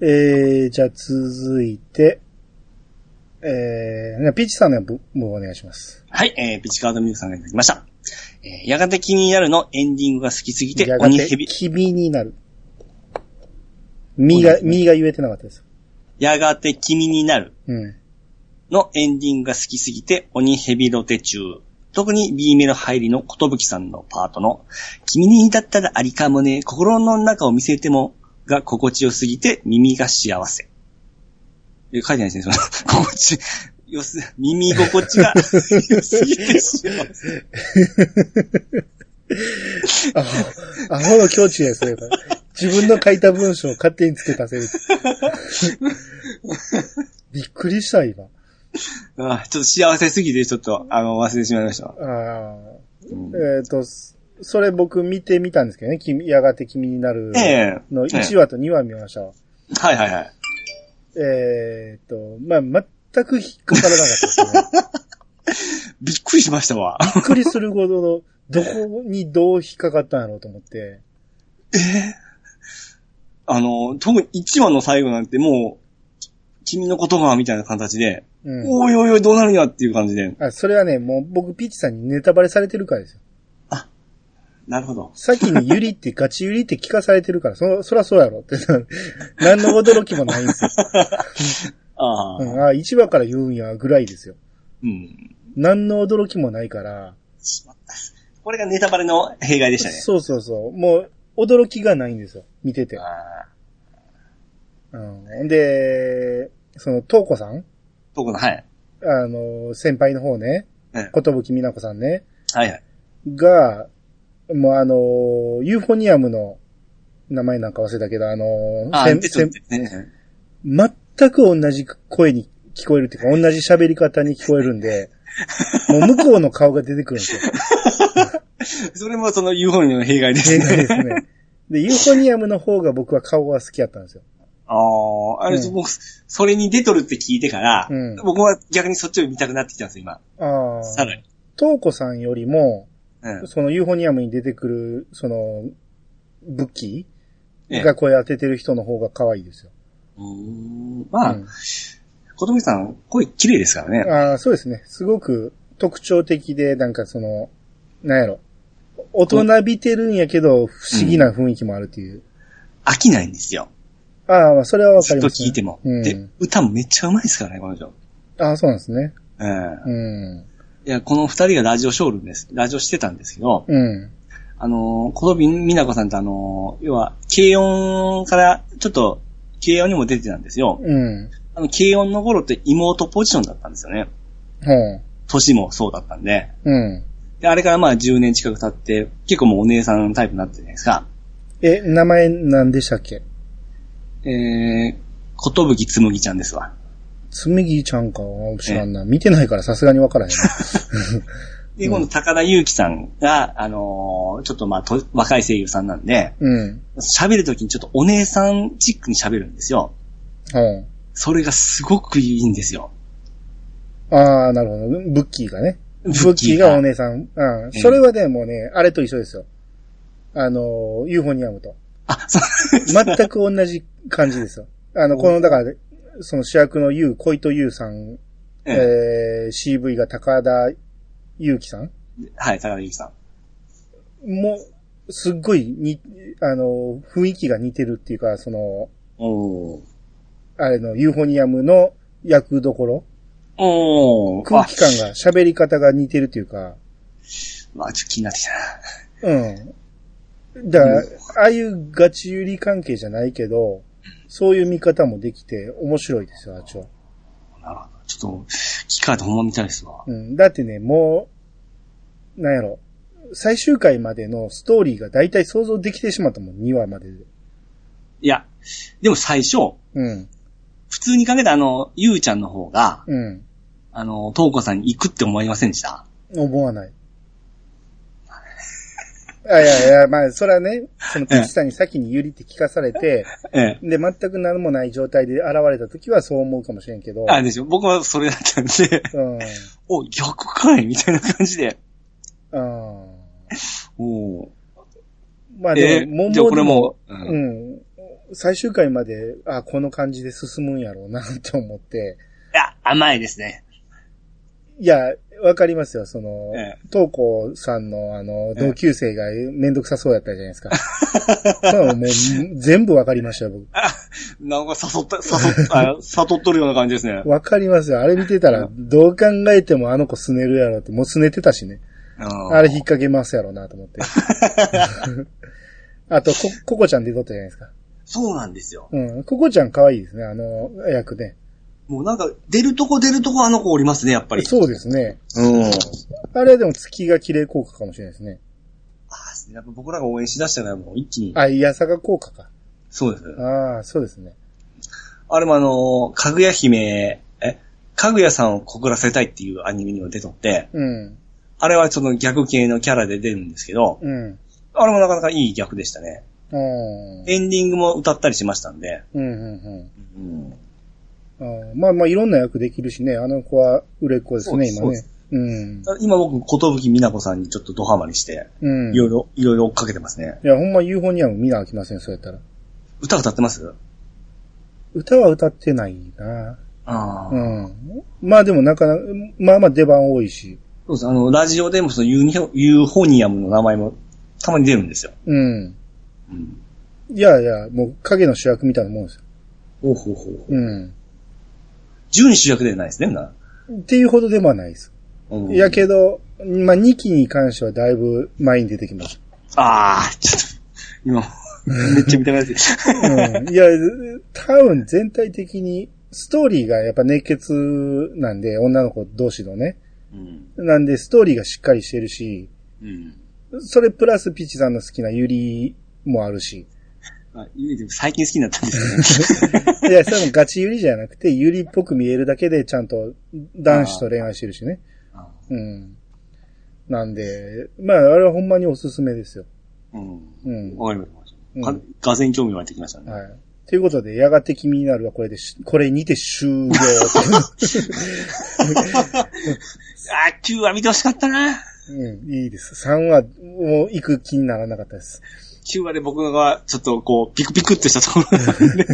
えー、じゃあ続いて、えー、ピーチさんの分もお願いします。はい、えー、ピチカードミルクさんがいただきました。えー、やがて気になるのエンディングが好きすぎてや、が鬼てヘビ、君になる。みが、みが言えてなかったです。やがて君になるうん。のエンディングが好きすぎて、鬼ヘビロテ中。特に B メロ入りのことぶきさんのパートの、君に至ったらありかもね、心の中を見せても、が心地よすぎて耳が幸せ。え、書いてないですね、その、 心地、よす、耳心地 が良すぎて幸せ。あ、アホの境地や、それ が。自分の書いた文章を勝手に付け足せる。びっくりした、今。あーちょっと幸せすぎて、ちょっと、あの、忘れてしまいました。あーうんえっ、と、そそれ僕見てみたんですけどね、君、やがて君になるええのええ1話と2話見ました。はいはいはい。えっ、と、まあ、全く引っかからなかったです ね。びっくりしましたわ。 びっくりするほどの、どこにどう引っかかったんやろうと思って。あの、特に1話の最後なんてもう、君の言葉みたいな形で、うん。おいおいおいどうなるんやっていう感じで。あ、それはね、もう僕、ピーチさんにネタバレされてるからですよ。なるほど。先にユリって、ガチユリって聞かされてるから、そ、そらそうやろって。 何の驚きもないんですよ。ああ、うん、あ、1話から言うんや、ぐらいですよ。うん。何の驚きもないから、しまった。これがネタバレの弊害でしたね。そうそうそう。もう、驚きがないんですよ。見てて。ああ、うん。で、その、トーコさん僕の、はい。あの、先輩の方ね。うんことぶきみなこさんね。はいはい。が、もうあの、ユーフォニアムの名前なんか忘れたけど、あの、ああ、せんでちせょっんとね。全く同じ声に聞こえる っていうか、同じ喋り方に聞こえるんで、もう向こうの顔が出てくるんですよ。 それもその UFO の弊害です変態ね。ですね。で、ユーフォニアムの方が僕は顔が好きだったんですよ。ああ、あれ、うんもう、それに出とるって聞いてから、うん僕は逆にそっちを見たくなってきたんですよ、今。ああ。さらに。トーコさんよりも、うん。そのユーフォニアムに出てくる、その、ブッキえーえが声当ててる人の方が可愛いですよ。うーんまあ、うん小峠さん、声綺麗ですからね。ああ、そうですね。すごく特徴的で、なんかその、なんやろ。大人びてるんやけど、不思議な雰囲気もあるっていう。飽きないんですよ。ああ、まあそれはわかずっりとます、聞ね。いても。うんで、歌もめっちゃうまいですからね、この人。ああ、そうなんですね。うん。うん。いや、この二人がラジオショールームです。ラジオしてたんですけど、うん。あのー、小峠美奈子さんってあのー、要は、軽音から、ちょっと、軽音にも出てたんですよ。うん。あの、軽音の頃って妹ポジションだったんですよね。ほう。年もそうだったんで。うん。で、あれからまあ10年近く経って、結構もうお姉さんタイプになってるじゃないですか。え、名前何でしたっけえー、ことぶきつむぎちゃんですわ。つむぎちゃんか知らんな。見てないからさすがにわからへん。で、今度、高田祐希さんが、あのーちょっとまあと、若い声優さんなんで、うん。喋るときにちょっとお姉さんチックに喋るんですよ。ほそれがすごくいいんですよ。う。ああ、なるほど。ブッキーがね。ブブッキーがおね。姉さん。うん。それはでもね、あれと一緒ですよ。あの、ユーフォニアムと。あ、そう、 全く同じ感じ ですよ。あの、この、だから、その主役のユウ、小糸ユウさん、うんえー、CV が高田祐希さんはい、高田祐希さん。も、すっごいに、あの、雰囲気が似てるっていうか、その、おー。あれの、ユーフォニアムの役どころ、おー。空気感あが、喋り方が似てるっていうか、まあ、ちょっと気になってきたな。うん。だからう、ああいうガチ売り関係じゃないけど、そういう見方もできて面白いですよ、あっちは。なるほど。ちょっと、機械でほんま見たいですわ。うん。だってね、もう、なんやろ。最終回までのストーリーが大体想像できてしまったもん、2話までで。いや、でも最初、うん。普通にかけたあの、ゆうちゃんの方が、うん。あの、とうこさんに行くって思いませんでした思わない。あいやいや、まあ、それはね、その、ピッチさんに先にユリって聞かされて、ええ。で、全く何もない状態で現れた時はそう思うかもしれんけど、あれでしょ僕はそれだったんで、 うん。お、逆かいみたいな感じで。うん。おーまあえでーも、じゃあこれももう、う、うん。最終回まで、あ、この感じで進むんやろうなと思って、や、甘いですね。いや、わかりますよ、そのえ、東光さんのあの、ええ同級生がめんどくさそうやったじゃないですか。 そうもう、全部わかりましたよ、僕。なんか誘った、誘 った、あ悟っとるような感じですね。わかりますよ。あれ見てたら、どう考えてもあの子拗ねるやろって、もう拗ねてたしね。うんあれ引っ掛けますやろうなと思って。 あと、こ、ココちゃん出とったじゃないですか。そうなんですよ。うん。ココちゃん可愛いですね、あの役ね。もうなんか、出るとこ出るとこあの子おりますね、やっぱり。そうですね。うん。ああれはでも月が綺麗効果かもしれないですね。あ、やっぱ僕らが応援しだしたらもう一気に。あ、いやさが効果か。そうです。ああ、そうですね。あれもあのー、かぐや姫、え、かぐやさんを告らせたいっていうアニメにも出とって、うん。あれはその逆系のキャラで出るんですけど、うん。あれもなかなかいい逆でしたね。うん。エンディングも歌ったりしましたんで。うん、うん、うん。うんあー。まあまあ、いろんな役できるしね、あの子は売れっ子ですね、そう今ねです。うん。今僕、ことぶきみなこさんにちょっとドハマりして、うん。いろいろ、いろいろ追っかけてますね。いや、ほんま UFO には見な飽きません、そうやったら。歌歌ってます歌は歌ってないな。ああ、うん。まあでもなかなか、まあまあ出番多いし。そうです。あの、ラジオでもそのユニホユーフォニアムの名前もたまに出るんですよ。うん。うん。いやいや、もう影の主役みたいなもんですよ。ほうほうほうほう。うん。準主役ではないですね、な。っていうほどでもないです。うんいやけど、まあ2期に関してはだいぶ前に出てきます。ああ、ちょっと、今、 めっちゃ見た目です。うん。いや、多分全体的に、ストーリーがやっぱ熱血なんで、女の子同士のね。うん。なんで、ストーリーがしっかりしてるし、うん。それプラスピッチさんの好きなユリもあるし。あ、ゆでも最近好きになったんですよね。いや、それもガチユリじゃなくて、ユリっぽく見えるだけで、ちゃんと男子と恋愛してるしね。あうん。なんで、まあ、あれはほんまにおすすめですよ。うん。うん。はわかりましうんた。かがぜん興味湧いてきましたね。い。ということで、やがて君になるはこれでし、これにて終了。あー、9話見てほしかったな。うん、いいです。3話、もう行く気にならなかったです。 9話で僕が、ちょっとこう、ピクピクってしたとこ ろなんで。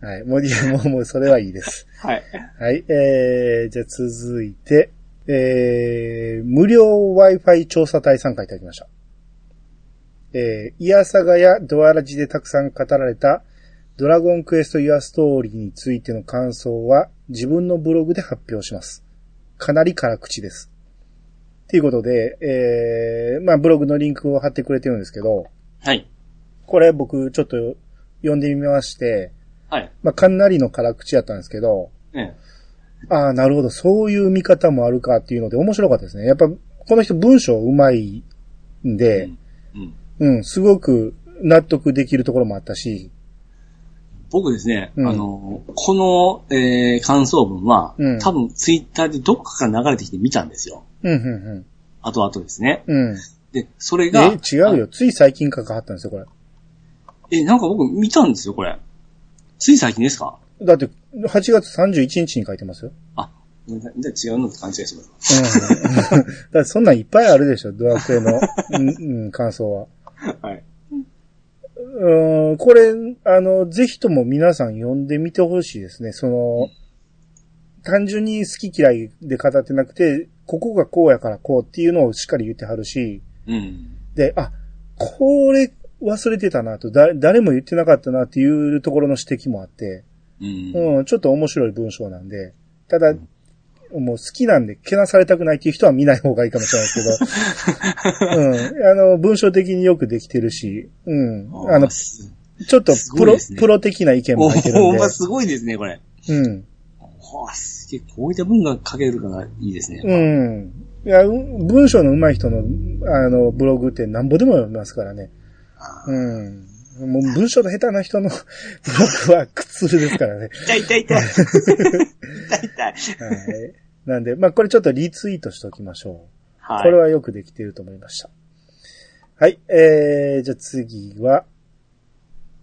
はい。もういや、もう、もう、それはいいです。 はい。はい。えー、じゃあ続いて、えー、無料 Wi-Fi 調査隊参加いただきました。えー、イヤサガやドアラジでたくさん語られた、ドラゴンクエストユアストーリーについての感想は、自分のブログで発表します。かなり辛口です。ということで、えー、まあ、ブログのリンクを貼ってくれてるんですけど、はい。これ僕ちょっと読んでみまして、はい。まあ、かなりの辛口やったんですけど、えああ、なるほど。そういう見方もあるかっていうので面白かったですね。やっぱ、この人文章うまいんえ。でう、んうん。うん、すごく納得できるところもあったし、僕ですね、うんあの、この、えー、感想文は、うん多分ツイッターでどっかから流れてきて見たんですよ。うん、うあとあとですね。ん、うん。うん。で、それえ、が、違うよ。つい最近書かはったんですよ、これ。え、なんか僕見たんですよ、これ。つい最近ですかだって、8月31日に書いてますよ。あ、じゃあ違うのと勘違いしてます。うん。 だってそんなんいっぱいあるでしょ、ドラクエの、うん、うん、感想 は。はい。うーん、これ、あの、ぜひとも皆さん読んでみてほしいですね。その、単純に好き嫌いで語ってなくて、ここがこうやからこうっていうのをしっかり言ってはるし、うん。で、あ、これ忘れてたなと、だ、誰も言ってなかったなっていうところの指摘もあって、うん。うん、ちょっと面白い文章なんで、ただ、もう好きなんで、けなされたくないっていう人は見ない方がいいかもしれないですけ ど、うん、あの、文章的によくできてるし、うん、あの、すちょっとすごプいロ、ですねプロ的な意見もお入ってるんほんでま。すごいですね、これ。うん。おーすげえ、こういった文が書けるからいいですね。うん。いや、う文章の上手い人の、あの、ブログってなんぼでも読めますからね。うん。もう文章の下手な人の ブログは苦痛ですからね。痛い痛い 痛い。痛い痛い。はい。なんで、まあ、これちょっとリツイートしておきましょう。はい。これはよくできていると思いました。はい。えー、じゃあ次は、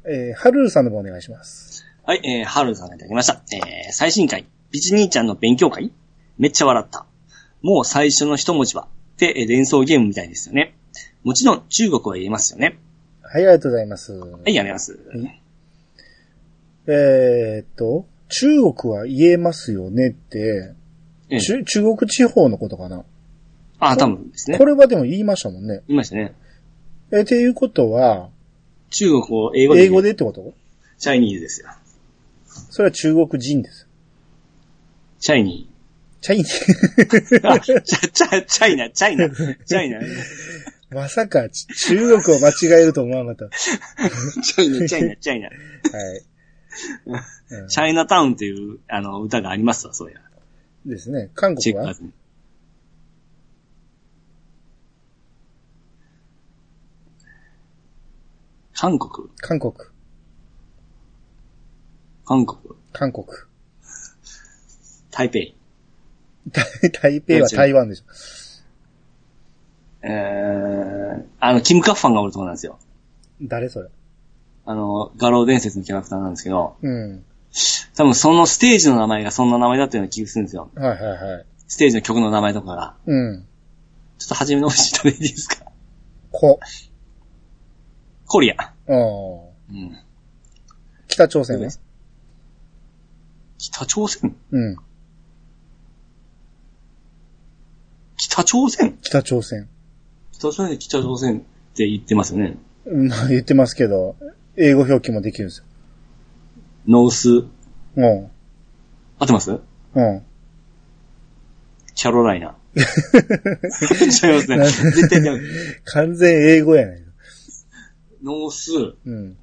えー、はるるさんの方お願いします。はい、えー、ハルンさんがいただきました。えー、最新回、ビチ兄ちゃんの勉強会めっちゃ笑った。もう最初の一文字は、で、えー連想ゲームみたいですよね。もちろん中国は言えますよね。はい、ありがとうございます。はい、やめます。いえーっと、中国は言えますよねって、ええ中中国地方のことかな。あ、多分ですねこ。れはでも言いましたもんね。言いましたね。え、っていうことは、中国を英語で。英語。でってことチャイニーズですよ。それは中国人です。チャイニー。チャイニー、 あ、チャ、チャ、チャイナ、チャイナ、チャイナ、まさかち中国を間違えると思わなかっチャイナ、チャイナ、チャイナ。た。はい。うんチャイナタウンっていう、あの、歌がありますわ、そうや。ですね。韓チェ国ッはカーズに。韓国韓国。韓国韓国。台北台台北は台湾でしょ。えー、あの、キム・カッファンがおるとこなんですよ。誰それ。あの、画廊伝説のキャラクターなんですけど、うん。多分そのステージの名前がそんな名前だったような気がするんですよ。はいはいはい。ステージの曲の名前とかが。うん。ちょっと初めの教えてもいいですかこ。コリア。あーうん。北朝鮮ね。北朝鮮うん。北朝鮮北朝鮮。北朝鮮、北朝鮮って言ってますよね。うんまあ言ってますけど、英語表記もできるんですよ。ノース、うん。合ってますうん。キャロラ イナ。違いますね。絶対違う。完全英語やないノース、うん。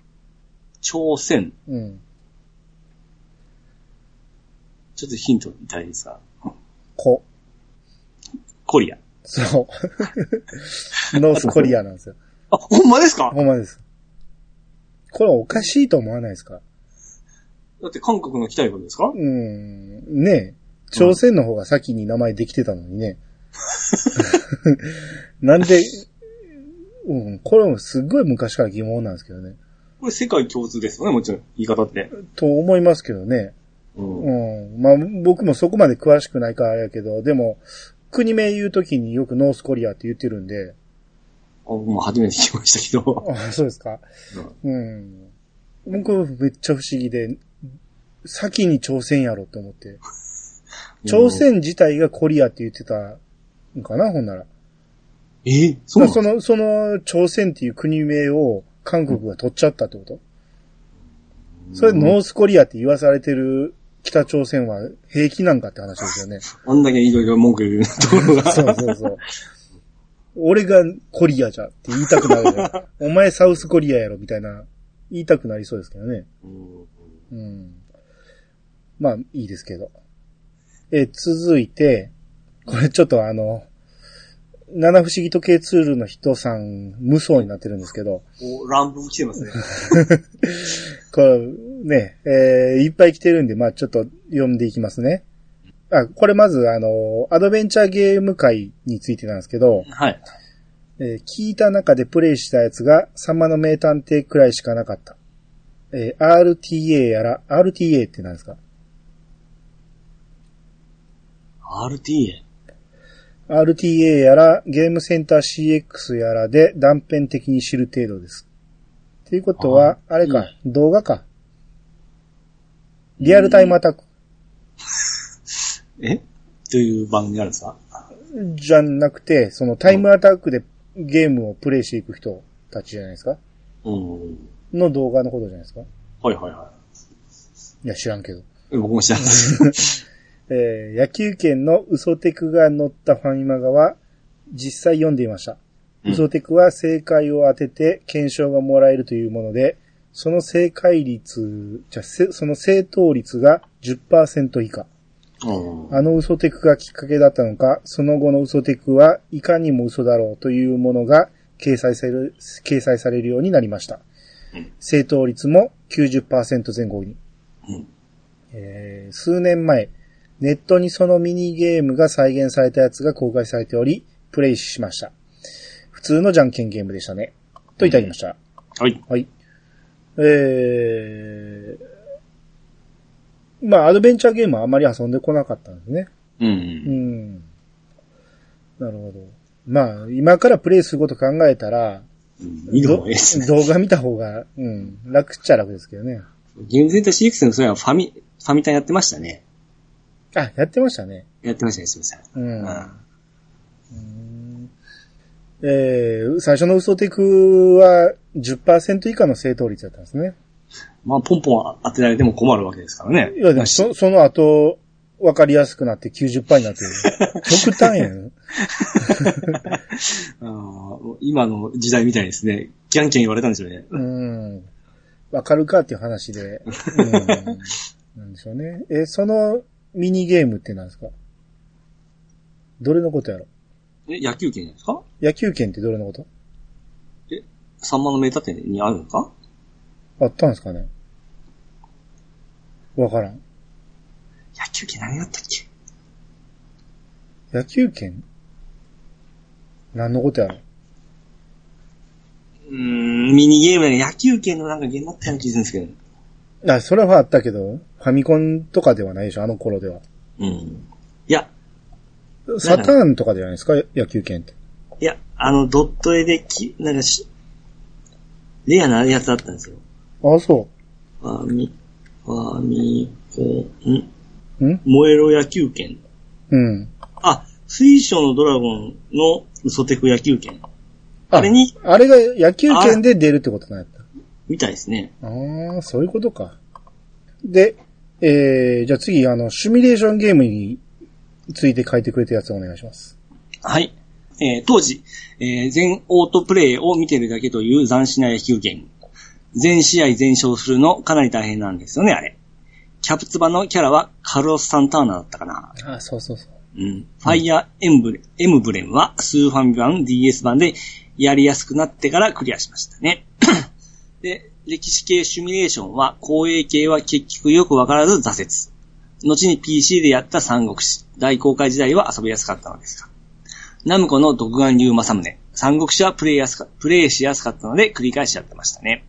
朝鮮。うん。ちょっとヒントいただいていいですかこ。コリア。そう。ノースコリアなんですよ。あ、ほんまですかほんまです。これおかしいと思わないですかだって韓国の来たいことですかうん。ねえ。朝鮮の方が先に名前できてたのにね。なんで、うん、これもすっごい昔から疑問なんですけどね。これ世界共通ですよね、もちろん。言い方って。と思いますけどね。うん。うん。まあ僕もそこまで詳しくないからあれやけど、でも、国名言うときによくノースコリアって言ってるんで。僕も初めて聞きましたけど。あ、そうですか。うん。僕めっちゃ不思議で、先に朝鮮やろと思って。 朝鮮自体がコリアって言ってたんかな、ほんなら。えーそうなそのの、その、朝鮮っていう国名を韓国が取っちゃったってこと、それノースコリアって言わされてる北朝鮮は平気なんかって話ですよね。あんだけいろいろ文句言うところ が。そうそうそう。俺がコリアじゃって言いたくなるじゃん。お前サウスコリアやろみたいな、言いたくなりそうですけどね。うんうん。まあ、いいですけど。え、続いて、これちょっとあの、七不思議時計ツールの人さん、無双になってるんですけど、お、乱暴来てますね。これね、えーいっぱい来てるんで、まあちょっと読んでいきますね。あ、これまずあの、アドベンチャーゲーム会についてなんですけど、はい。えー聞いた中でプレイしたやつが、サンマの名探偵くらいしかなかった。えー RTA やら、RTA って何ですか RTA。 RTA やら、ゲームセンター CX やらで断片的に知る程度です。っていうことは、あれか、動画か。リアルタイムアタックえという番組あるんですかじゃなくて、そのタイムアタックでゲームをプレイしていく人たちじゃないですかうん。の動画のことじゃないですかはいはいはいや、知らんけど。い。え僕も知らな いです。えー野球券の嘘テクが載ったファミマガは、実際読んでいました。うん嘘テクは正解を当てて検証がもらえるというもので、その正解率、じゃ、せその正答率が10%以下。うん。あの嘘テクがきっかけだったのか、その後の嘘テクはいかにも嘘だろうというものが掲載される、掲載されるようになりましたうん。正答率も90%前後に。うんえー数年前、ネットにそのミニゲームが再現されたやつが公開されており、プレイしました。普通のじゃんけんゲームでしたね。といただきました。はい。はい。えー、まあ、アドベンチャーゲームはあまり遊んでこなかったんですね。う。うんん。なるほど。まあ、今からプレイすること考えたら、うん。見る方がいいですね。動画見た方が、うん、楽っちゃ楽ですけどね。厳然と CX のそういえばファミ、ファミタンやってましたね。あ、やってましたね。やってましたね、すみません。うん。うえー、最初の嘘テクは10%以下の正答率だったんですね。ん。まあ、ポンポン当てられても困るわけですからね。いや、でまあもしそ、その後、わかりやすくなって90%になってる。 極端やん。あの今の時代みたいですね。ギャンギャン言われたんですよね。うん。わかるかっていう話で。うん。なんでしょうね。え、そのミニゲームって何ですかどれのことやろえ、野球券じゃないですか野球券ってどれのことサンマの名立てにあるのかあったんですかねわからん。野球券何やったっけ野球券何のことやろうーん、ミニゲームで野球券のなんかゲームあったような気がするんですけど。あ、それはあったけど、ファミコンとかではないでしょ、あの頃では。うん。いや、サターンとかじゃないですか、野球券って。いや、あの、ドット絵でき、なんかし、レアなやつだったんですよ。あ、そファミ、ファミコン、う。ん燃えろ野球券。うん。あ、水晶のドラゴンの嘘テク野球券。あれにあれが野球券で出るってことなんやった。みたいですね。ああ、そういうことか。で、えー、じゃあ次、あの、シミュレーションゲームについて書いてくれたやつお願いします。はい。えー当時、えー全オートプレイを見てるだけという斬新な野球ゲーム。全試合全勝するのかなり大変なんですよね、あれ。キャプツバのキャラはカルロス・サンターナだったかな。ああ、そうそうそう。うん。ファイヤーエンブレ、エムブレムはスーファミ版 DS 版でやりやすくなってからクリアしました ね。で、歴史系シミュレーションは、光栄系は結局よくわからず挫折。後に PC でやった三国志、大公開時代は遊びやすかったのですが。ナムコの独眼竜政宗、三国志はプレイやすかプレイしやすかったので繰り返しやってましたね。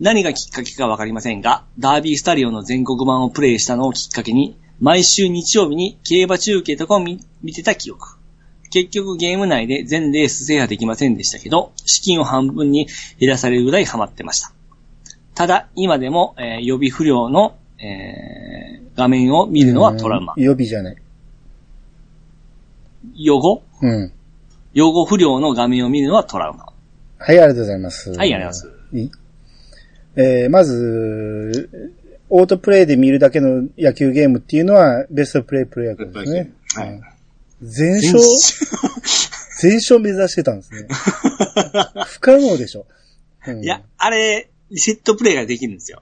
何がきっかけかわかりませんが、ダービースタリオの全国版をプレイしたのをきっかけに、毎週日曜日に競馬中継とかを見見てた記憶。結局ゲーム内で全レース制覇できませんでしたけど、資金を半分に減らされるぐらいハマってました。ただ、今でも、えー予備不良の、えー画面を見るのはトラウマうん。予備じゃない。予後うん。用語不良の画面を見るのはトラウマ。はい、ありがとうございます。はい、ありがとうございます。いえーまず、オートプレイで見るだけの野球ゲームっていうのは、ベストプレイプレイヤーですね。はいうん全勝、全勝目指してたんですね。不可能でしょ。うんいや、あれ、リセットプレイができるんですよ。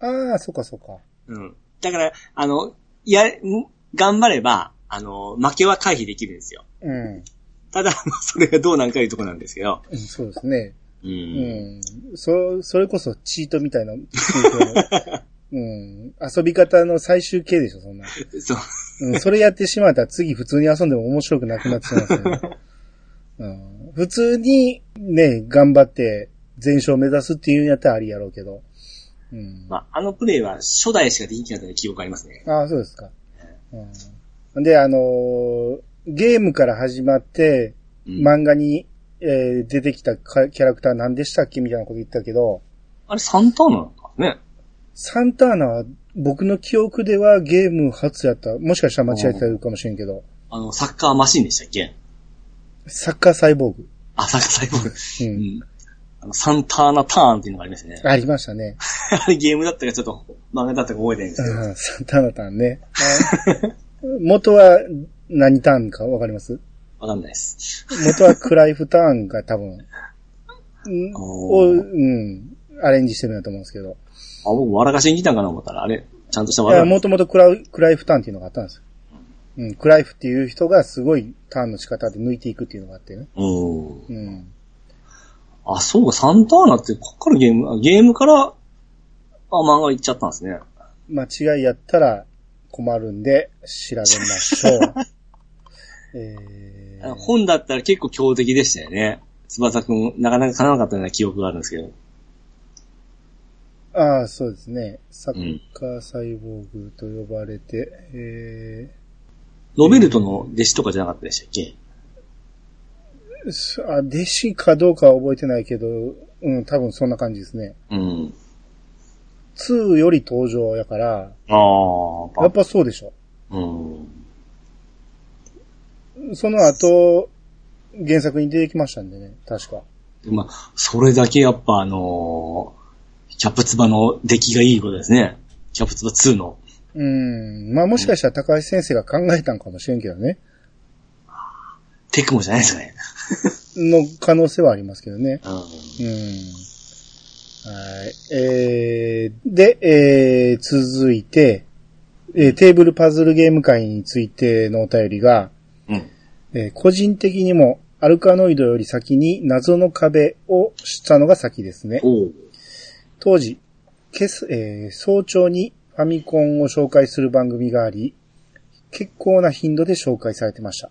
ああ、そうかそうか。うん。だから、あの、いや、ん頑張れば、あの、負けは回避できるんですよ。うん。うんただ、それがどうなんかいうとこなんですけど。そうですね。う。うんん。そ、それこそチートみたいな。 うん。遊び方の最終形でしょ、そんな。そう。うん、それやってしまったら次普通に遊んでも面白くなくなってしまうんですよね。うん、普通にね、頑張って全勝目指すっていうんやったらありやろうけど。うん、あまあ、あのプレイは初代しかできなかった記憶がありますね。あ、そうですか。うん、で、あのーゲームから始まって、うん漫画に、えー出てきたかキャラクター何でしたっけみたいなこと言ったけど、あれ、サンターナだったね。サンターナは僕の記憶ではゲーム初やった。もしかしたら間違えてるかもしれんけど、あの、サッカーマシンでしたっけサッカーサイボーグ。あ、サッカー最後。う、うんん。あの、サンターナターンっていうのがありましたね。ありましたね。あれゲームだったかちょっと漫画だったか覚えてないんですけど。うん、サンターナタンね。元は何ターンかわかりますわかんないです。元はクライフターンが多分、んを、おーうん、アレンジしてるんだと思うんですけど。あ、僕、わらかしに来たんかな思ったら、あれ、ちゃんとしたいわらや、かし。もともとクラウクライフターンっていうのがあったんですよ。うん、クライフっていう人がすごいターンの仕方で抜いていくっていうのがあってね。うん。うん。あ、そうか、サンターナって、こっからゲーム、あゲームから、あ、漫画行っちゃったんですね。間違いやったら困るんで調べましょう。 えあのー、本だったら結構強敵でしたよね。翼くん、なかなか叶わなかったような記憶があるんですけど。ああ、そうですね。サうッん。カーサイボーグと呼ばれて、えー、ロベルトの弟子とかじゃなかったでしたっけすあ、弟子かどうかは覚えてないけど、うん、多分そんな感じですね。うん。 2より登場やから、ああ、やパっぱそうでしょ。うん。その後、原作に出てきましたんでね、確か。まあ、それだけやっぱあのーキャプツバの出来がいいことですね。キャプツバ2の。うん。まあもしかしたら高橋先生が考えたんかもしれんけどね。テクモじゃないですかね。の可能性はありますけどね。うん。うん。はい。えー、で、えー、続いて、えーテーブルパズルゲーム会についてのお便りが、うん。えー個人的にもアルカノイドより先に謎の壁を知ったのが先ですね。おう。当時、けすえー早朝にファミコンを紹介する番組があり、結構な頻度で紹介されてました。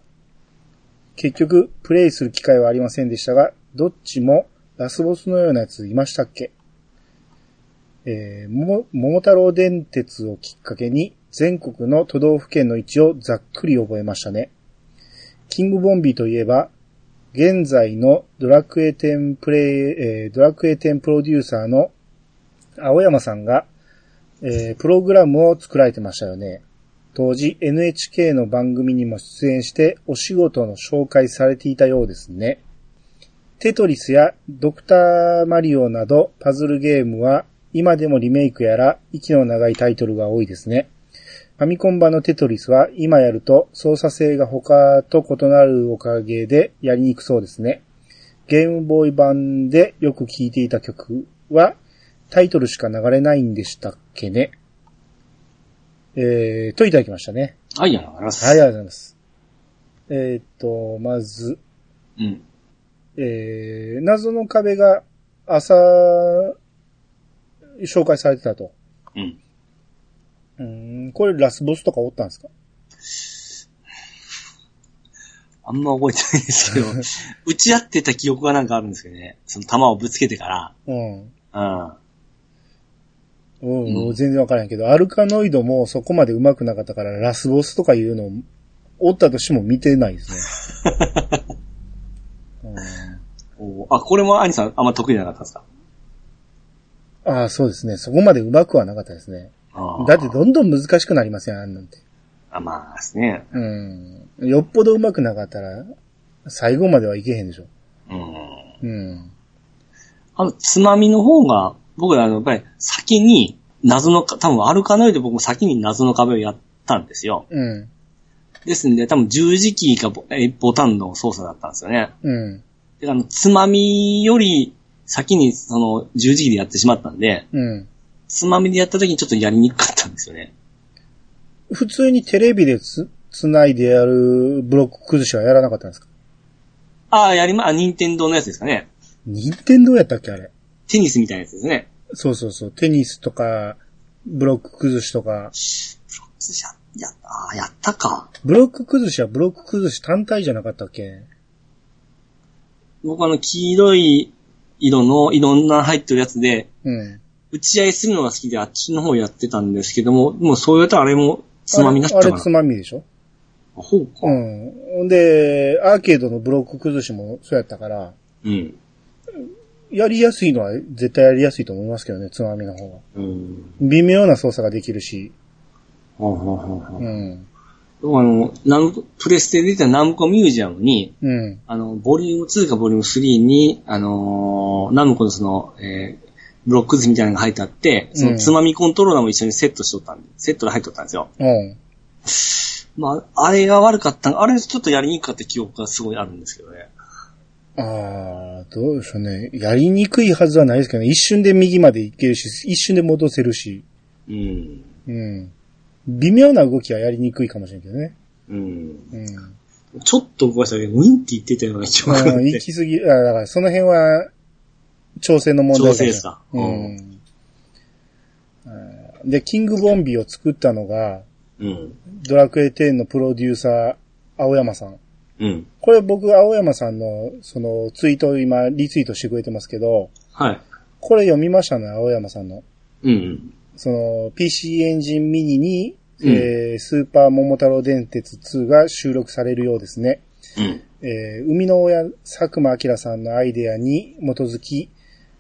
結局、プレイする機会はありませんでしたが、どっちもラスボスのようなやついましたっけえー、も、桃太郎電鉄をきっかけに、全国の都道府県の位置をざっくり覚えましたね。キングボンビーといえば、現在のドラクエ10プレイ、えードラクエ10プロデューサーの青山さんが、えープログラムを作られてましたよね。当時 NHK の番組にも出演してお仕事の紹介されていたようですね。テトリスやドクターマリオなどパズルゲームは今でもリメイクやら息の長いタイトルが多いですね。ファミコン版のテトリスは今やると操作性が他と異なるおかげでやりにくそうですね。ゲームボーイ版でよく聴いていた曲はタイトルしか流れないんでしたっけね。えー、といただきましたね。はい、やながらす。はい、ありがとうございます。えーっと、まず、うん。えー、謎の壁が朝、紹介されてたと。うん。うーん、これラスボスとかおったんですかあんま覚えてないで すけど、打ち合ってた記憶がなんかあるんですけどね。その球をぶつけてかうん。ら。うん、うん全然わからんけど、アルカノイドもそこまで上手くなかったから、ラスボスとかいうのおったとしても見てないです ね。うん。おうあ、これも兄さんあんま得意じゃなかったんですかうん、ああ、そうですね。そこまで上手くはなかったですね。あーだってどんどん難しくなりますよ、あんなんて。あ、まあですね。うん。よっぽど上手くなかったら、最後まではいけへんでしょ。うん。うん。あの、つまみの方が、僕らあの、やっぱり先に謎のか、多分歩かないで僕も先に謎の壁をやったんですよ。うん。ですんで、多分十字キーかボえボタンの操作だったんですよね。うん。であの、つまみより先にその十字キーでやってしまったんで、うん。つまみでやった時にちょっとやりにくかったんですよね。普通にテレビでつ、つないでやるブロック崩しはやらなかったんですかああ、やりま、あ、任天堂のやつですかね。任天堂やったっけあれ。テニスみたいなやつですね。そうそうそう。テニスとか、ブロック崩しとか、ブロックスや、や、ああ、やったか。ブロック崩しはブロック崩し単体じゃなかったっけ僕あの、黄色い色のいろんな入ってるやつで、うん。打ち合いするのが好きであっちの方やってたんですけども、もうそうやったらあれもつまみになったあれかあな。れつまみでしょあほうか。うん。ほんで、アーケードのブロック崩しもそうやったから、うん。やりやすいのは絶対やりやすいと思いますけどね、つまみの方が。うん。微妙な操作ができるし。ほうほうほうほううん。僕あの、ナムコ、プレステで出たナムコミュージアムに、うん。あの、ボリューム2かボリューム3に、あのーナムコのその、えーブロック図みたいなのが入ってあって、そのつまみコントローラーも一緒にセットしとったんで、セットで入っとったんですよ。うん。まあ、あれが悪かったんあれちょっとやりにくかった記憶がすごいあるんですけどね。あー、どうでしょうね。やりにくいはずはないですけどね。一瞬で右まで行けるし、一瞬で戻せるし。うん。うん。微妙な動きはやりにくいかもしれんけどね。うん。うん。ちょっとごめんなさい、ウィンって言ってたような記憶があっま あ、行て。き過ぎ、あだからその辺は、調整の問題調整ですかううんん。で、キングボンビーを作ったのが、うん。ドラクエ10のプロデューサー、青山さん。うん。これ僕、青山さんの、その、ツイートを今、リツイートしてくれてますけど、はい。これ読みましたね、青山さんの。うん。その、PC エンジンミニに、うんえースーパー桃太郎電鉄2が収録されるようですね。うん。えー、生みの親、佐久間明さんのアイデアに基づき、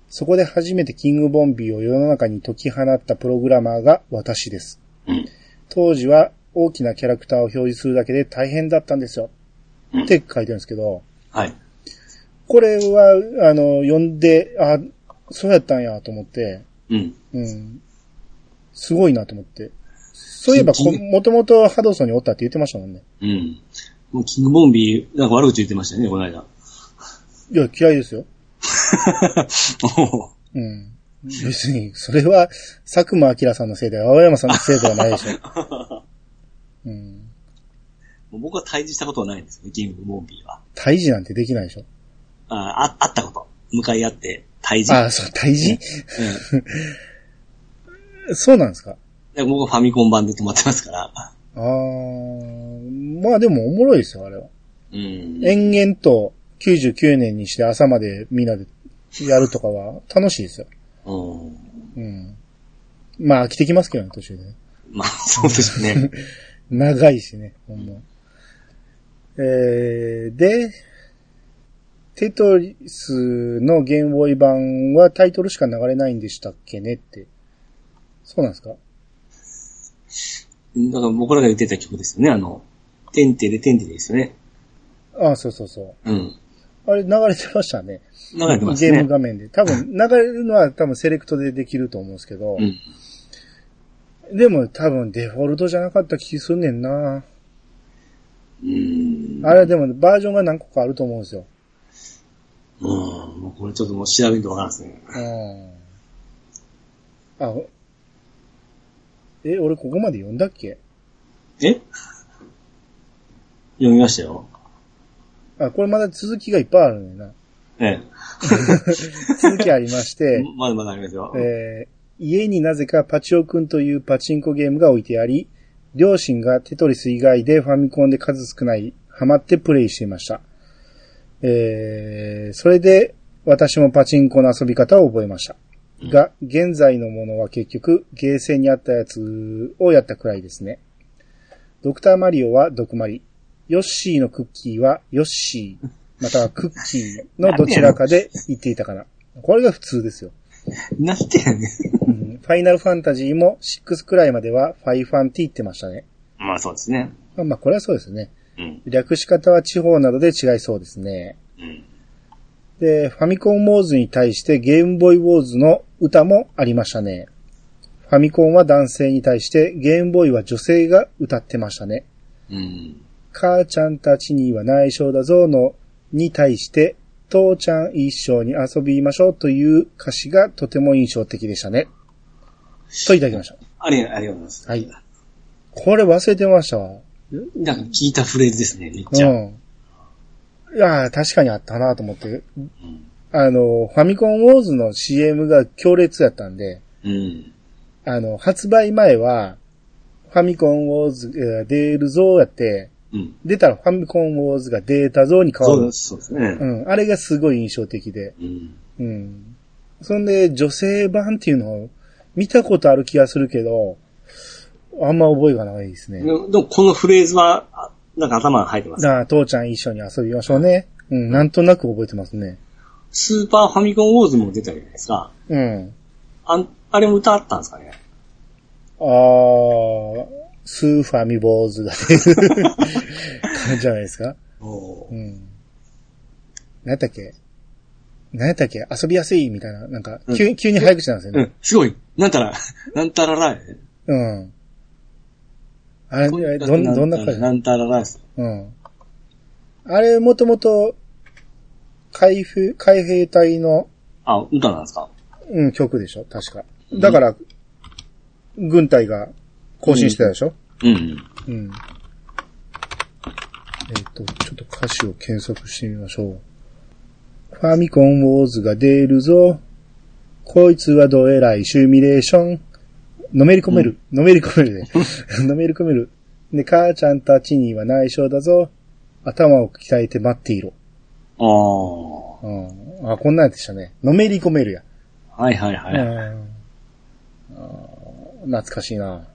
そこで初めてキングボンビーを世の中に解き放ったプログラマーが私です。うん。当時は大きなキャラクターを表示するだけで大変だったんですよ。うんって書いてるんですけど、はい。これは、あの、読んで、あ、そうやったんやと思って、うん。うん。すごいなと思って。そういえば、キンこキンもともとハドソンにおったって言ってましたもんね。うん。もうキングボンビー、なんか悪口言ってましたよね、この 間。いや、嫌いですよ。おううん。別に、それは、佐久間明さんのせいで、青山さんのせいではないでしょ。 うん。もう僕は退治したことはないんですよね、キングボンビーは。退治なんてできないでしょ。あ、ああったこと。向かい合って、退治。ああ、そう、退治う ん。そうなんですかで僕はファミコン版で止まってますから。あー、まあでもおもろいですよ、あれは。うん。延々と99年にして朝までみんなでやるとかは楽しいですよ。うん。うん。まあ飽きてきますけどね、途中でね。まあ、そうですね。長いしね、ほんま。えー、で、テトリスのゲームボーイ版はタイトルしか流れないんでしたっけねって。そうなんですかだから僕らが言ってた曲ですよね、あの、テンテでテンテレですよね。ああ、そうそうそう。うん。あれ流れてましたね。流れてますゲームね。画面で。多分、流れるのは多分セレクトでできると思うんですけど、うん。でも多分デフォルトじゃなかった気すんねんなうん。あれでもバージョンが何個かあると思うんですよ。うん。もうこれちょっともう調べるとわからんですね。うん。あ、え、俺ここまで読んだっけえ 読みましたよ。あ、これまだ続きがいっぱいあるねんな。え続きありまして、。え まだまだありますよ。えー家になぜかパチオくんというパチンコゲームが置いてあり、両親がテトリス以外でファミコンで数少ない、ハマってプレイしていました。えーそれで私もパチンコの遊び方を覚えました。が、現在のものは結局、ゲーセンにあったやつをやったくらいですね。ドクターマリオはドクマリ、ヨッシーのクッキーはヨッシー、またはクッキー のどちらかで言っていたかな。これが普通ですよ。なんてやね。うんファイナルファンタジーも6くらいまではファイファンって言ってましたね。まあそうですね。まあまあ、これはそうですね。うん。略し方は地方などで違いそうですね。うん。で、ファミコンウォーズに対してゲームボーイウォーズの歌もありましたね。ファミコンは男性に対してゲームボーイは女性が歌ってましたね。うん。母ちゃんたちには内緒だぞのに対して父ちゃん一緒に遊びましょうという歌詞がとても印象的でしたね。といただきました。あり、ありがとうございます。はい。これ忘れてましたわ。なんか聞いたフレーズですね、めっちゃ。うん。いやー確かにあったなと思って。うん。あの、ファミコンウォーズの CM が強烈やったんで、うん。あの、発売前は、ファミコンウォーズが出るぞーやって、うん。出たらファミコンウォーズが出たぞーに変わそうるで。す、そうですね。うん。あれがすごい印象的で。うん。うん。そんで、女性版っていうのを見たことある気がするけど、あんま覚えがないですねで。も、でもこのフレーズは、あなんか頭が入ってます。ああ、父ちゃん一緒に遊びましょうね。うん、なんとなく覚えてますね。スーパーファミコンウォーズも出たじゃないですか。うん。あん、あれも歌あったんですかね。あー、スーファミボーズだね。 感じじゃないですか。おうーん。何やったっけ何やったっけ遊びやすいみたいな、なんか、うん急急に早口なんですようね。ん、すごい。なんたら、なんたららやね。うん。あれ、あれどん、どんな感じなんたららです。うん。あれ、もともと、海兵、海兵隊のあ、歌なんですかうん、曲でしょ確か。だから、軍隊が更新してたでしょ、うん。うん、えっ、と、ちょっと歌詞を検索してみましょう。ファミコンウォーズが出るぞ。こいつはどえらいシュミュレーション。のめり込める。のめり込めるね。 のめり込める。で、母ちゃんたちには内緒だぞ。頭を鍛えて待っていろ。ああ。はうん。あ、こんなんでしたね。のめり込めるや。いはいはい。うん懐かしいな。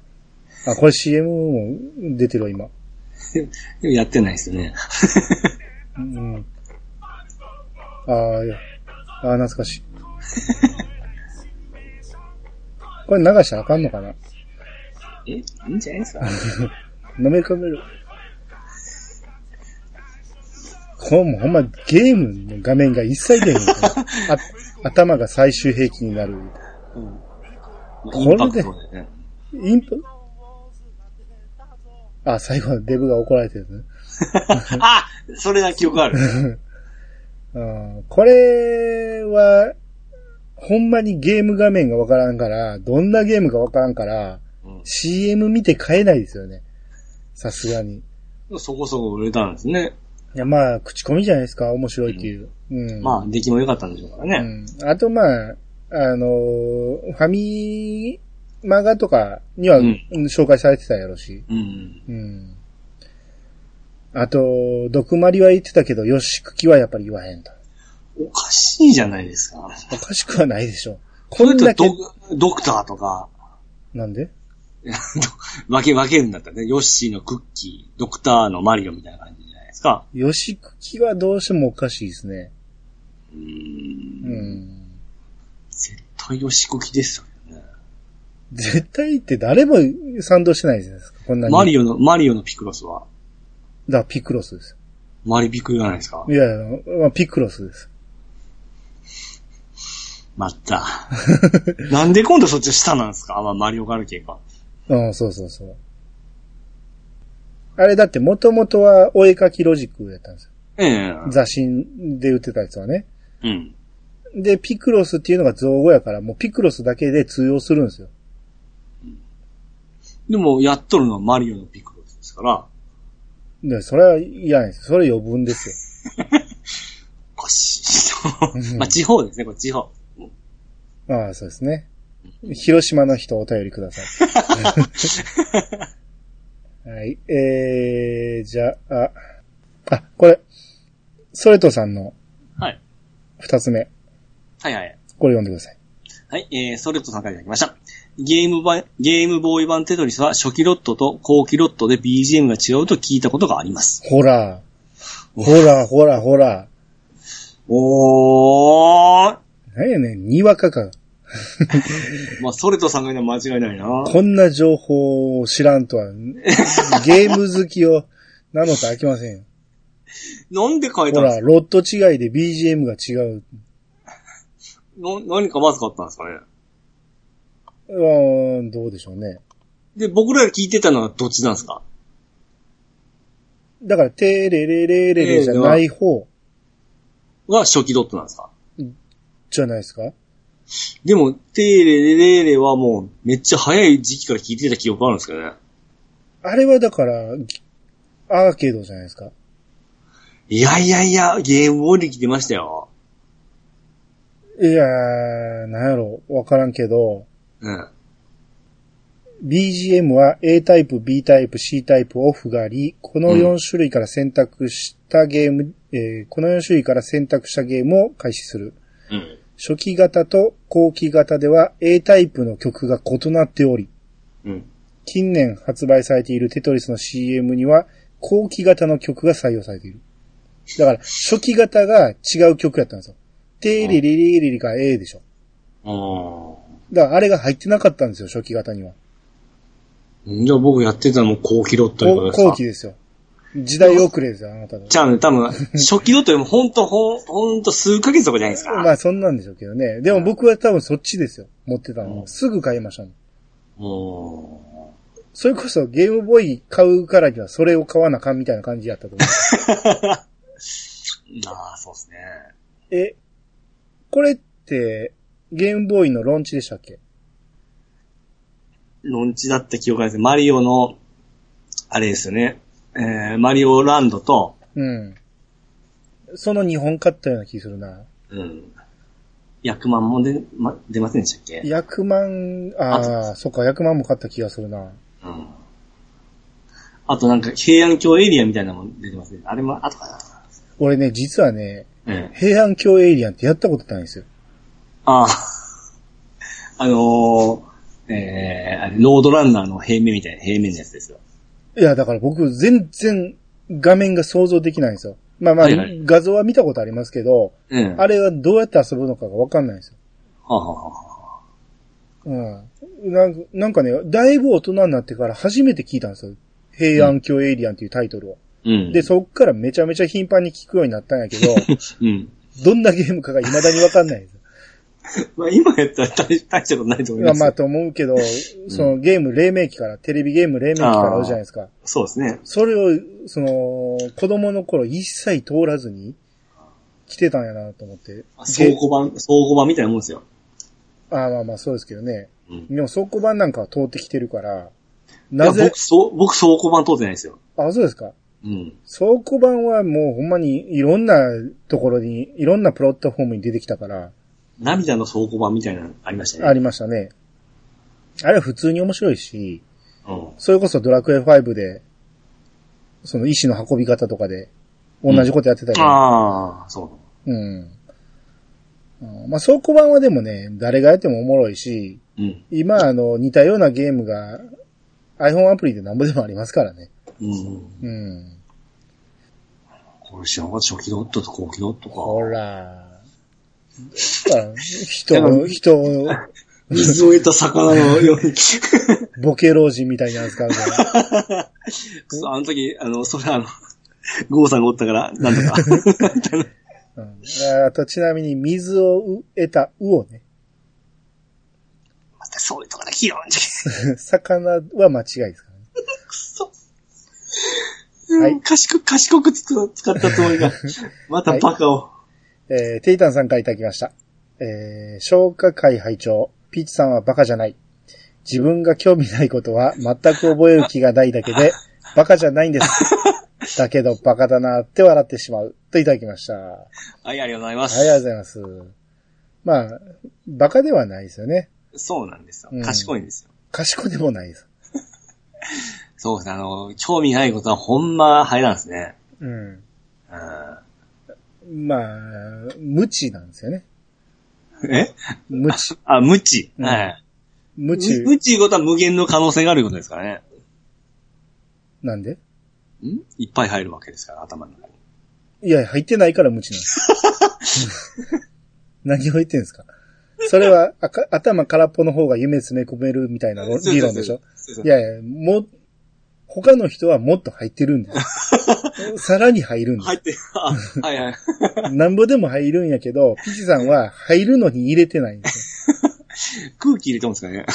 あ、これ CM も出てるわ、今。でもやってないですよね。うん。あーいやあー、懐かしい。これ流したらあかんのかなえ、いいんじゃないですか飲み込める。これもうほんまゲームの画面が一切出へんからあ頭が最終兵器になる。うん。まあこれでインパクトでね。インプあ、最後のデブが怒られてるね。 あそれな記憶ある。うんこれは、ほんまにゲーム画面がわからんから、どんなゲームかわからんから、うん CM 見て買えないですよね。さすがに。いそこそこ売れたんですね。や、まあ、口コミじゃないですか、面白いっていう。うん。まあ、出来も良かったんでしょうからうね。ん。あと、まあ、あのーファミマガとかには、うんうん紹介されてたやろし。うん。うん。あと、毒マリは言ってたけど、ヨシクキはやっぱり言わへんと。おかしいじゃないですか。おかしくはないでしょ。こそれんとだけ、ドドクターとか、なんで分け、分けるんだったらね。ヨッシーのクッキー、ドクターのマリオみたいな感じじゃないですか。ヨシクキはどうしてもおかしいですね。ううー。んん。絶対ヨシクキですよね。絶対って誰も賛同してないじゃないですか、こんなに。マオ。リオの、マリオのピクロスは、だからピクロスです。マリピクじゃないですかい。やいや、まあ、ピクロスです。ま た。なんで今度そっちの下なんですかあ、まあ、マリオガルケか。うん、そうそうそう。あれだって元々はお絵描きロジックやったんですよ。ええ雑誌で売ってたやつはね。うん。で、ピクロスっていうのが造語やから、もうピクロスだけで通用するんですよ。でも、やっとるのはマリオのピクロスですから、で、それは嫌なんです。それ余分ですよ。おかしい。まあ、地方ですね、これ地方。ああ、そうですね。広島の人お便りください。はい。えー、じゃあ、あ、これ、ソレトさんのはい。二つ目。はいはい。これ読んでください。はい、えー、ソレットさんからいただきました。ゲーム版、ゲームボーイ版テトリスは初期ロットと後期ロットで BGM が違うと聞いたことがあります。ほら、ほら、ほら、ほら。おーなんやねん、にわかか。まあ、ソレットさんが言うのは間違いないな。こんな情報を知らんとは、ゲーム好きをなのと飽きませんよ。なんで書いたほんですら、かロット違いで BGM が違う。な何かまずかったんですかねうーん、どうでしょうね。で、僕らが聞いてたのはどっちなんですかだから、テレレレレレじゃない方は初期ロットなんですかじゃないですかでも、テーレレレレはもうめっちゃ早い時期から聞いてた記憶あるんですけどね。あれはだから、ぎアーケードじゃないですか。いやいやいや、ゲームボーイで聞いてましたよ。いやー、なんやろ、わからんけど、うん。 BGM は A タイプ、B タイプ、C タイプ、オフがあり、この4種類から選択したゲーム、えーこの4種類から選択したゲームを開始する。うん。初期型と後期型では A タイプの曲が異なっており、うん。近年発売されているテトリスの CM には後期型の曲が採用されている。だから、初期型が違う曲やったんですよ。テーリリリリリが A でしょ。あー。だから、あれが入ってなかったんですよ、初期型には。じゃあ僕やってたのも後期ロットい後うことですか後期ですよ。時代遅れですよ、あなたの。じゃあね、多分、初期ロットよりもほんとほん、ほんと数ヶ月とかじゃないですか。まあ、そんなんでしょうけどね。でも僕は多分そっちですよ、持ってたのうは。んすぐ買いましたもん。もそれこそゲームボーイ買うからにはそれを買わなあかんみたいな感じやったと思う。う、ああ、そうですね。 え、これって、ゲームボーイのローンチでしたっけロンチだった記憶がありますマリオの、あれですよね。えー、マリオランドと、うん。その2本買ったような気するな。うん。役満も出、ま、出ませんでしたっけ100万、ああ、そっか、100万も買った気がするな。うん。あとなんか、平安京エリアみたいなのも出てますね。あれも後かな。俺ね、実はね、うん。平安京エイリアンってやったことないんですよ。ああ。 あのー、えー、あれロードランナーの平面みたいな、平面のやつですよ。いや、だから僕、全然、画面が想像できないんですよ。まあまあ、はいはい画像は見たことありますけど、うん。あれはどうやって遊ぶのかがわかんないんですよ。はあはあはあうん。なんかなんかね、だいぶ大人になってから初めて聞いたんですよ。平安京エイリアンっていうタイトルを。うん。で、そっからめちゃめちゃ頻繁に聞くようになったんやけ ど、うん。どんなゲームかが未だにわかんないです。まあ今やったら大大したことないと思いまあ ます。まあと思うけど、そのゲーム黎明期から、テレビゲーム黎明期からあるじゃないですか。そうですね。それを、その、子供の頃一切通らずに来てたんやなと思って。倉で庫版、倉庫版みたいなもんですよ。ああまあまあそうですけどね。うん。でも倉庫版なんかは通ってきてるから、いやなぜ僕、、そう、僕倉庫版通ってないですよ。あ、そうですか。うん。倉庫版はもうほんまにいろんなところに、いろんなプラットフォームに出てきたから、涙の倉庫版みたいなのありましたね。ありましたね。あれは普通に面白いし、うん。それこそドラクエ5で、その意志の運び方とかで、同じことやってたり、ああ、そうん。うんまあ、倉庫版はでもね、誰がやってもおもろいし、う。うん。今、あの、似たようなゲームが iPhone アプリで何ぼでもありますからね。うん。うん。これ知らんかった。初期ロットと後期ロットほか。ら。だから人を、人を、水を得た魚のよ うに。ボケ老人みたいに扱うから。そうあの時、あの、それあの、ゴーさんがおったから、なんとか。 うん、あと、ちなみに、水をう得たうをね、またそういうとこだけよ。魚は間違いですからね。くそ。ははいい。賢く、賢くつく使ったつも りが、またバカを。えー、テイタンさんからいただきました。えー、消化会拝聴ピーチさんはバカじゃない。自分が興味ないことは全く覚える気がないだけで、 バカじゃないんです。だけどバカだなって笑ってしまう。といただきました。はい、はい、ありがとうございまありがとうございます。まあ、バカではないですよね。そうなんですようん。賢いんですよ。賢でもないです。そうですね。あの、興味ないことはほんま入らんですね。うん。うまあ、無知なんですよね。ん。え無知。あ、無知。うんはい。無無知知。無知いうことは無限の可能性があることですからね。なんでんいっぱい入るわけですから、頭の中に。いや、入ってないから無知なんです。何を言ってんですかそれはあか頭空っぽの方が夢詰め込めるみたいなろ理論でしょそうそうそういやいや、もう、他の人はもっと入ってるん です。さらに入るんで入って、あ、はいはい。す。なんぼでも入るんやけど、ピチさんは入るのに入れてないんです空気入れてますからね。 よ。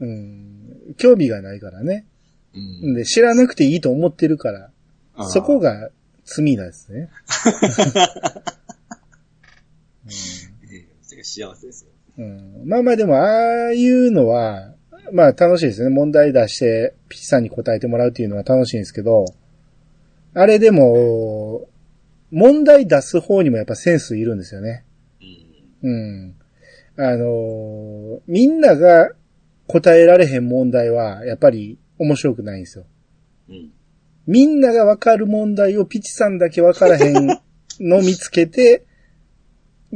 うん。興味がないからね。うん。で、知らなくていいと思ってるから、あーそこが罪なんですね。うんええ幸せですよ。うんまあまあでも、ああいうのは、まあ楽しいですね。問題出して、ピチさんに答えてもらうっていうのは楽しいんですけど、あれでも、問題出す方にもやっぱセンスいるんですよね。うん。うん。あのーみんなが答えられへん問題は、やっぱり面白くないんですよ。うん。みんながわかる問題をピチさんだけわからへんの見つけて、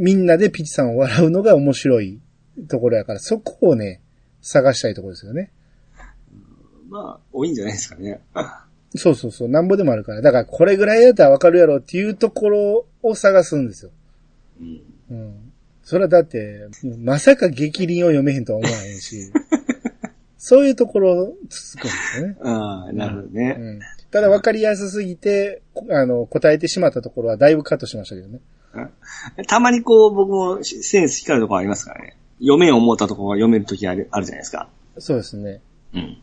みんなでピチさんを笑うのが面白いところやから、そこをね、探したいところですよね。まあ、多いんじゃないですかね。そうそうそう、なんぼでもあるから。だからこれぐらいやったらわかるやろっていうところを探すんですよ。うん。うん。それはだって、まさか激鱗を読めへんとは思わへんし、そういうところをつつくんですよね。ああ、なるほどうね。ん。ただ分かりやすすぎて、こあの、答えてしまったところはだいぶカットしましたけどね。たまにこう、僕もしセンス光るところありますからね。読めん思ったところが読めるときあるあるじゃないですか。そうですね。うん。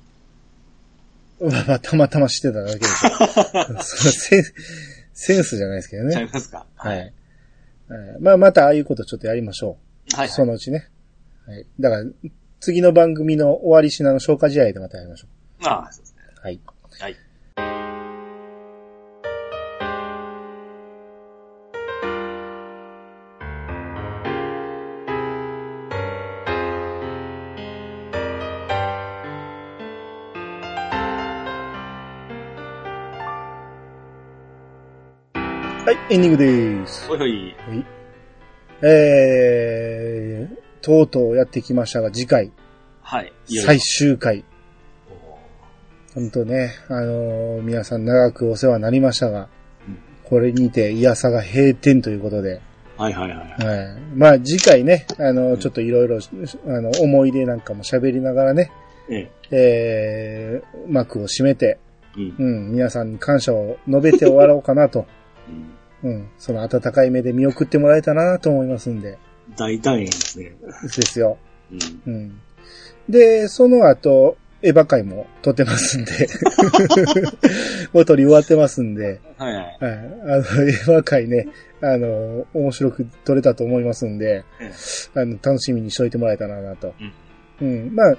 まあまあ、たまたましてただけですよ。それセンセンスじゃないですけどちゃいね。ますか。はいい。はいまあ、またああいうことちょっとやりましょはう。い。そのうちね。はい。だから、次の番組の終わり品の消化試合でまたやりましょああ、そうですね。う。はい。はい。はい、エンディングです。おいおい。えー、とうとうやってきましたが、次回、はい。いよいよ最終回。おー本当ね、あのー皆さん長くお世話になりましたがうん、これにて、いやさが閉店ということで、はいはいはいはい。はい。まあ次回ね、あうの、んちょっといろいろ、あの、思い出なんかも喋りながらね、ええ。えー、幕を閉めて、うん。うん、皆さんに感謝を述べて終わろうかなと。うんうん、その温かい目で見送ってもらえたらなと思いますんで。大団円ですね。ですよ。うん。うん。で、その後、エヴァ会も撮ってますんで。 もう撮り終わってますんで。はいははい。い。あの、エヴァ会ね、あの、面白く撮れたと思いますんでええ、あの、楽しみにしといてもらえたらなと。うん。まあ、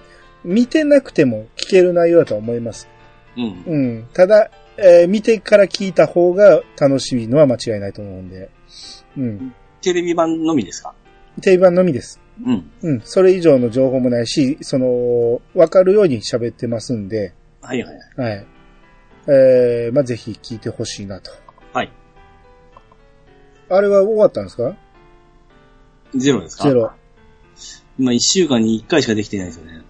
見てなくても聞ける内容だと思います。うん。うん。ただ、えー見てから聞いた方が楽しいのは間違いないと思うんで。うん。テレビ版のみですか定番のみです。うん。うん。それ以上の情報もないし、その、わかるように喋ってますんで、はいはいははい。い。えー、まあ、ぜひ聞いてほしいなと。はい。あれは終わったんですかゼロですかゼ。ロ。今一週間に一回しかできてないですよね。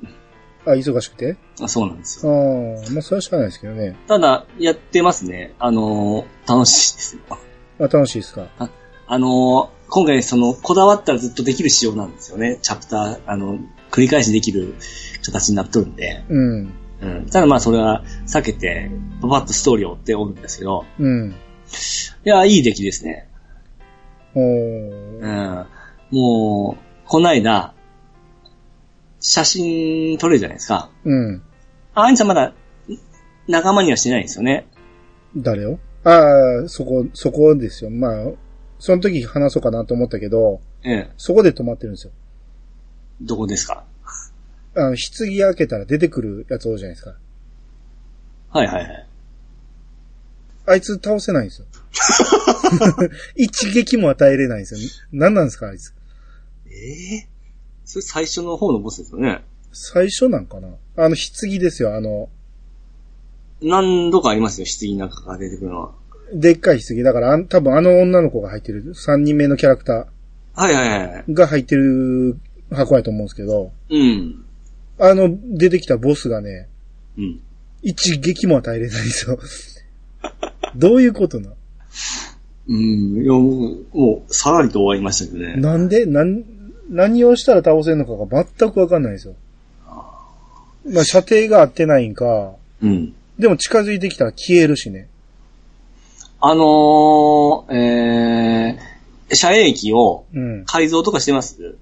あ、忙しくてあそうなんですあよ。あ、まあ、それはしかないですけどね。ただ、やってますね。あのー楽しいですよ。あ、楽しいですかあのー今回その、こだわったらずっとできる仕様なんですよね。チャプター、あの、繰り返しできる形になっとるんで。うん。うん。ただまあそれは避けて、パパッとストーリーを追っておるんですけど、うん。いや、いい出来ですね。おうーん。もう、こないだ、写真撮れるじゃないですか。うん。あ、アインさんまだ、ん仲間にはしてないんですよね。誰をああ、そこ、そこですよ。まあ、その時話そうかなと思ったけど、ええ。そこで止まってるんですよ。どこですかあの、棺開けたら出てくるやつおるじゃないですか。はいはいはい。あいつ倒せないんですよ。 一撃も与えれないんですよ。何なんですか、あいつ。ええそれ最初の方のボスですよね。最初なんかなあの、棺ですよ、あの、何度かありますよ、棺の中から出てくるのは。でっかい棺。だから、あん多分あの女の子が入ってる、三人目のキャラクタはいはいはいはい。ーが入ってる箱やと思うんですけど、うん。あの、出てきたボスがね、うん。一撃も与えれないんですよ。 どういうことなうん。いや、もう、もうさらりと終わりましたけどね。なんで、なん、何をしたら倒せるのかが全くわかんないんですよ。まあ、射程が合ってないんか、うん。でも近づいてきたら消えるしね。あのー、えー、遮影機をうん。改造とかしてます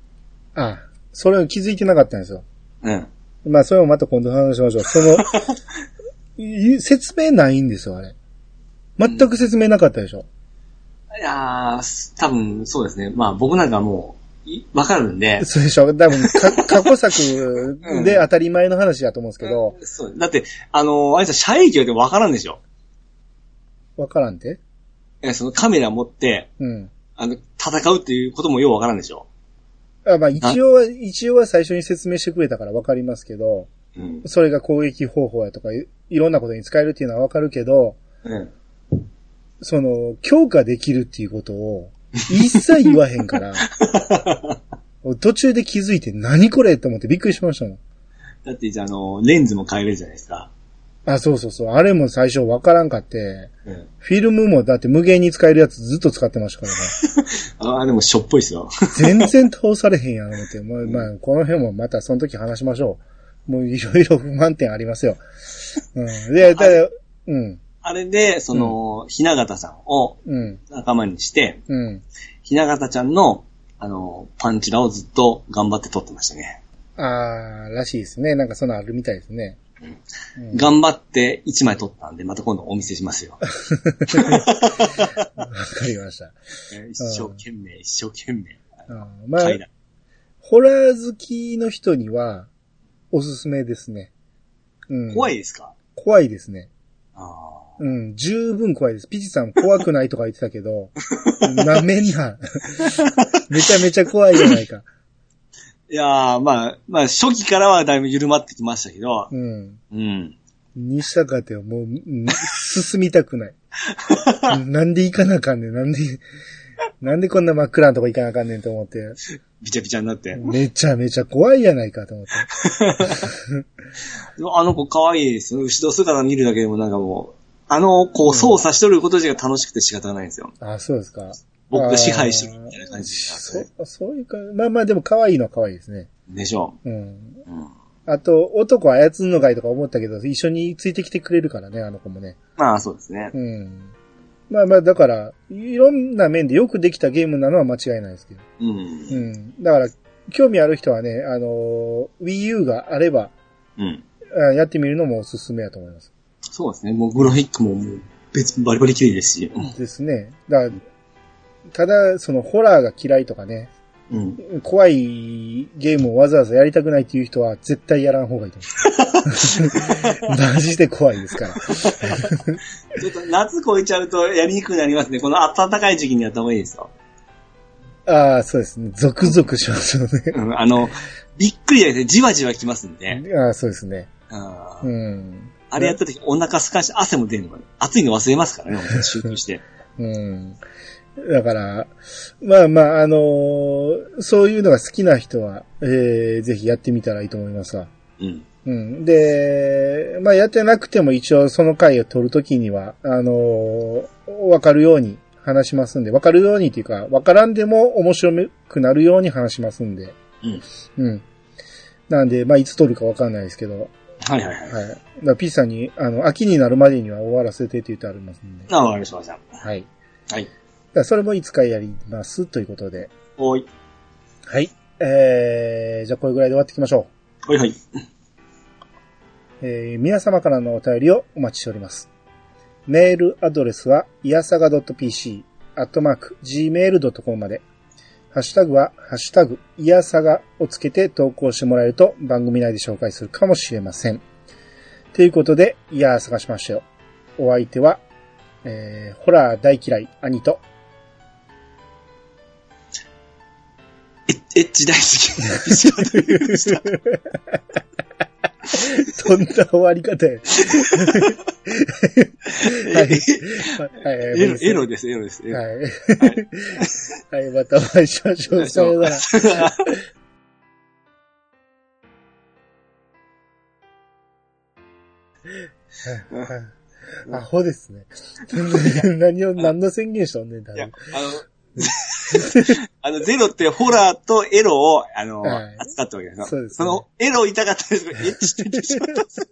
あ、それを気づいてなかったんですよ。うん。まあ、それもまた今度話しましょう。そ の、い説明ないんですよ、あれ。全く説明なかったでしょ。いやー、す多分そうですね。まあ僕なんかもうい、わかるんで。そうでしょ。多分か、 過去作で当たり前の話だと思うんですけど、そう。だって、あのー、あいつ遮影機ってわからんでしょ。わからんて。えそのカメラ持って、うん。あの、戦うっていうこともようわからんでしょ。あまあ、一応は、一応は最初に説明してくれたからわかりますけど、うん。それが攻撃方法やとかい、いろんなことに使えるっていうのはわかるけど、うん。その、強化できるっていうことを、一切言わへんから、途中で気づいて何これと思ってびっくりしましたもん。だって、じゃあ、あのー、レンズも変えれるじゃないですか。あ、そうそうそう。あれも最初わからんかって、うん。フィルムもだって無限に使えるやつずっと使ってましたからね。ああ、でもしょっぽいっすよ。全然倒されへんやん、思って。もう、まあ、この辺もまたその時話しましょう。もういろいろ不満点ありますよ。うん。で、だうん、 あれで、その、ひながたさんをうん、仲間にして、うん。ひながたちゃんの、あの、パンチラをずっと頑張って撮ってましたね。あー、らしいですね。なんかそんなのあるみたいですね。うん頑張って1枚撮ったんで、また今度お見せします よ。わかりました。えー一生懸命、一生懸命。うんまあ、階段。ホラー好きの人には、おすすめですね。うん。怖いい。ですか怖いですね。ああ。うん、十分怖いです。ピチさん怖くないとか言ってたけ ど、なめんな。 めちゃめちゃ怖いじゃないか。いやー、まあ、まあ、初期からはだいぶ緩まってきましたけど、うん。うん。にしたかてはもう、うん進みたくない。なんで行かなあかんねん。なんで、なんでこんな真っ暗なとこ行かなあかんねんと思って。びちゃびちゃになって。めちゃめちゃ怖いやないかと思って。あの子可愛いですよ。後ろ姿見るだけでもなんかもう、あの子を操作しとること自体が楽しくて仕方がないんですよ。あ、そうですか。僕が支配するみたいな感じでしたそね。そういうか、まあまあでも可愛いのは可愛いですね。でしょうん。う。うん。あと、男は操るのかいとか思ったけど、一緒についてきてくれるからね、あの子もね。まあ、そうですね。うん。まあまあ、だから、いろんな面でよくできたゲームなのは間違いないですけど。う。うんん。だから、興味ある人はね、あのー Wii U があれば、うん。あやってみるのもおすすめやと思います。そうですね。もうグラフィックももう別にバリバリ綺麗ですし。ですね。だからただ、その、ホラーが嫌いとかね、うん。怖いゲームをわざわざやりたくないっていう人は絶対やらん方がいいと思う。マジで怖いですから。ちょっと夏超えちゃうとやりにくくなりますね。この暖かい時期にやった方がいいですよ。ああ、そうですね。ゾクゾクしますよね。うん。あの、びっくりじゃなくてじわじわきますんで。ああ、そうですね。うんうん。あれやった時お腹すかして汗も出るのかね。暑いの忘れますからね、本当に集中して。うん。だから、まあまあ、あのーそういうのが好きな人は、えー、ぜひやってみたらいいと思いますわ。うん。うん。で、まあやってなくても一応その回を取るときには、あのーわかるように話しますんで、わかるようにっていうか、わからんでも面白くなるように話しますんで。うん。うん。なんで、まあいつ取るかわかんないですけど、はいはいはい。はい。だからピッチさんに、あの、秋になるまでには終わらせてって言ってありますんで。あ、わかりました。はい。だはい。からそれもいつかやりますということで。おい。はい。えー、じゃあこれぐらいで終わっていきましょはいはい。う。えー、皆様からのお便りをお待ちしております。メールアドレスは、いやさが .pc、アットマーク、gmail.com まで。ハッシュタグは、ハッシュタグ、いやさがをつけて投稿してもらえると番組内で紹介するかもしれません。ということで、いやー探しましたよ。お相手は、えー、ホラー大嫌い、兄と、 エッチ大好き。石川と言いましたそんな終わり方や。はい。はい。エロエロです、エロです。エロはい。はい、またお会いしましょう。さようなら。アホですね。 何を、何の宣言したんねんだいや、あの、 あの、ゼロってホラーとエロを、あの、はい扱ったわけですよそうですねその、エロ痛かったですけど、エッチって言ってしまったんです。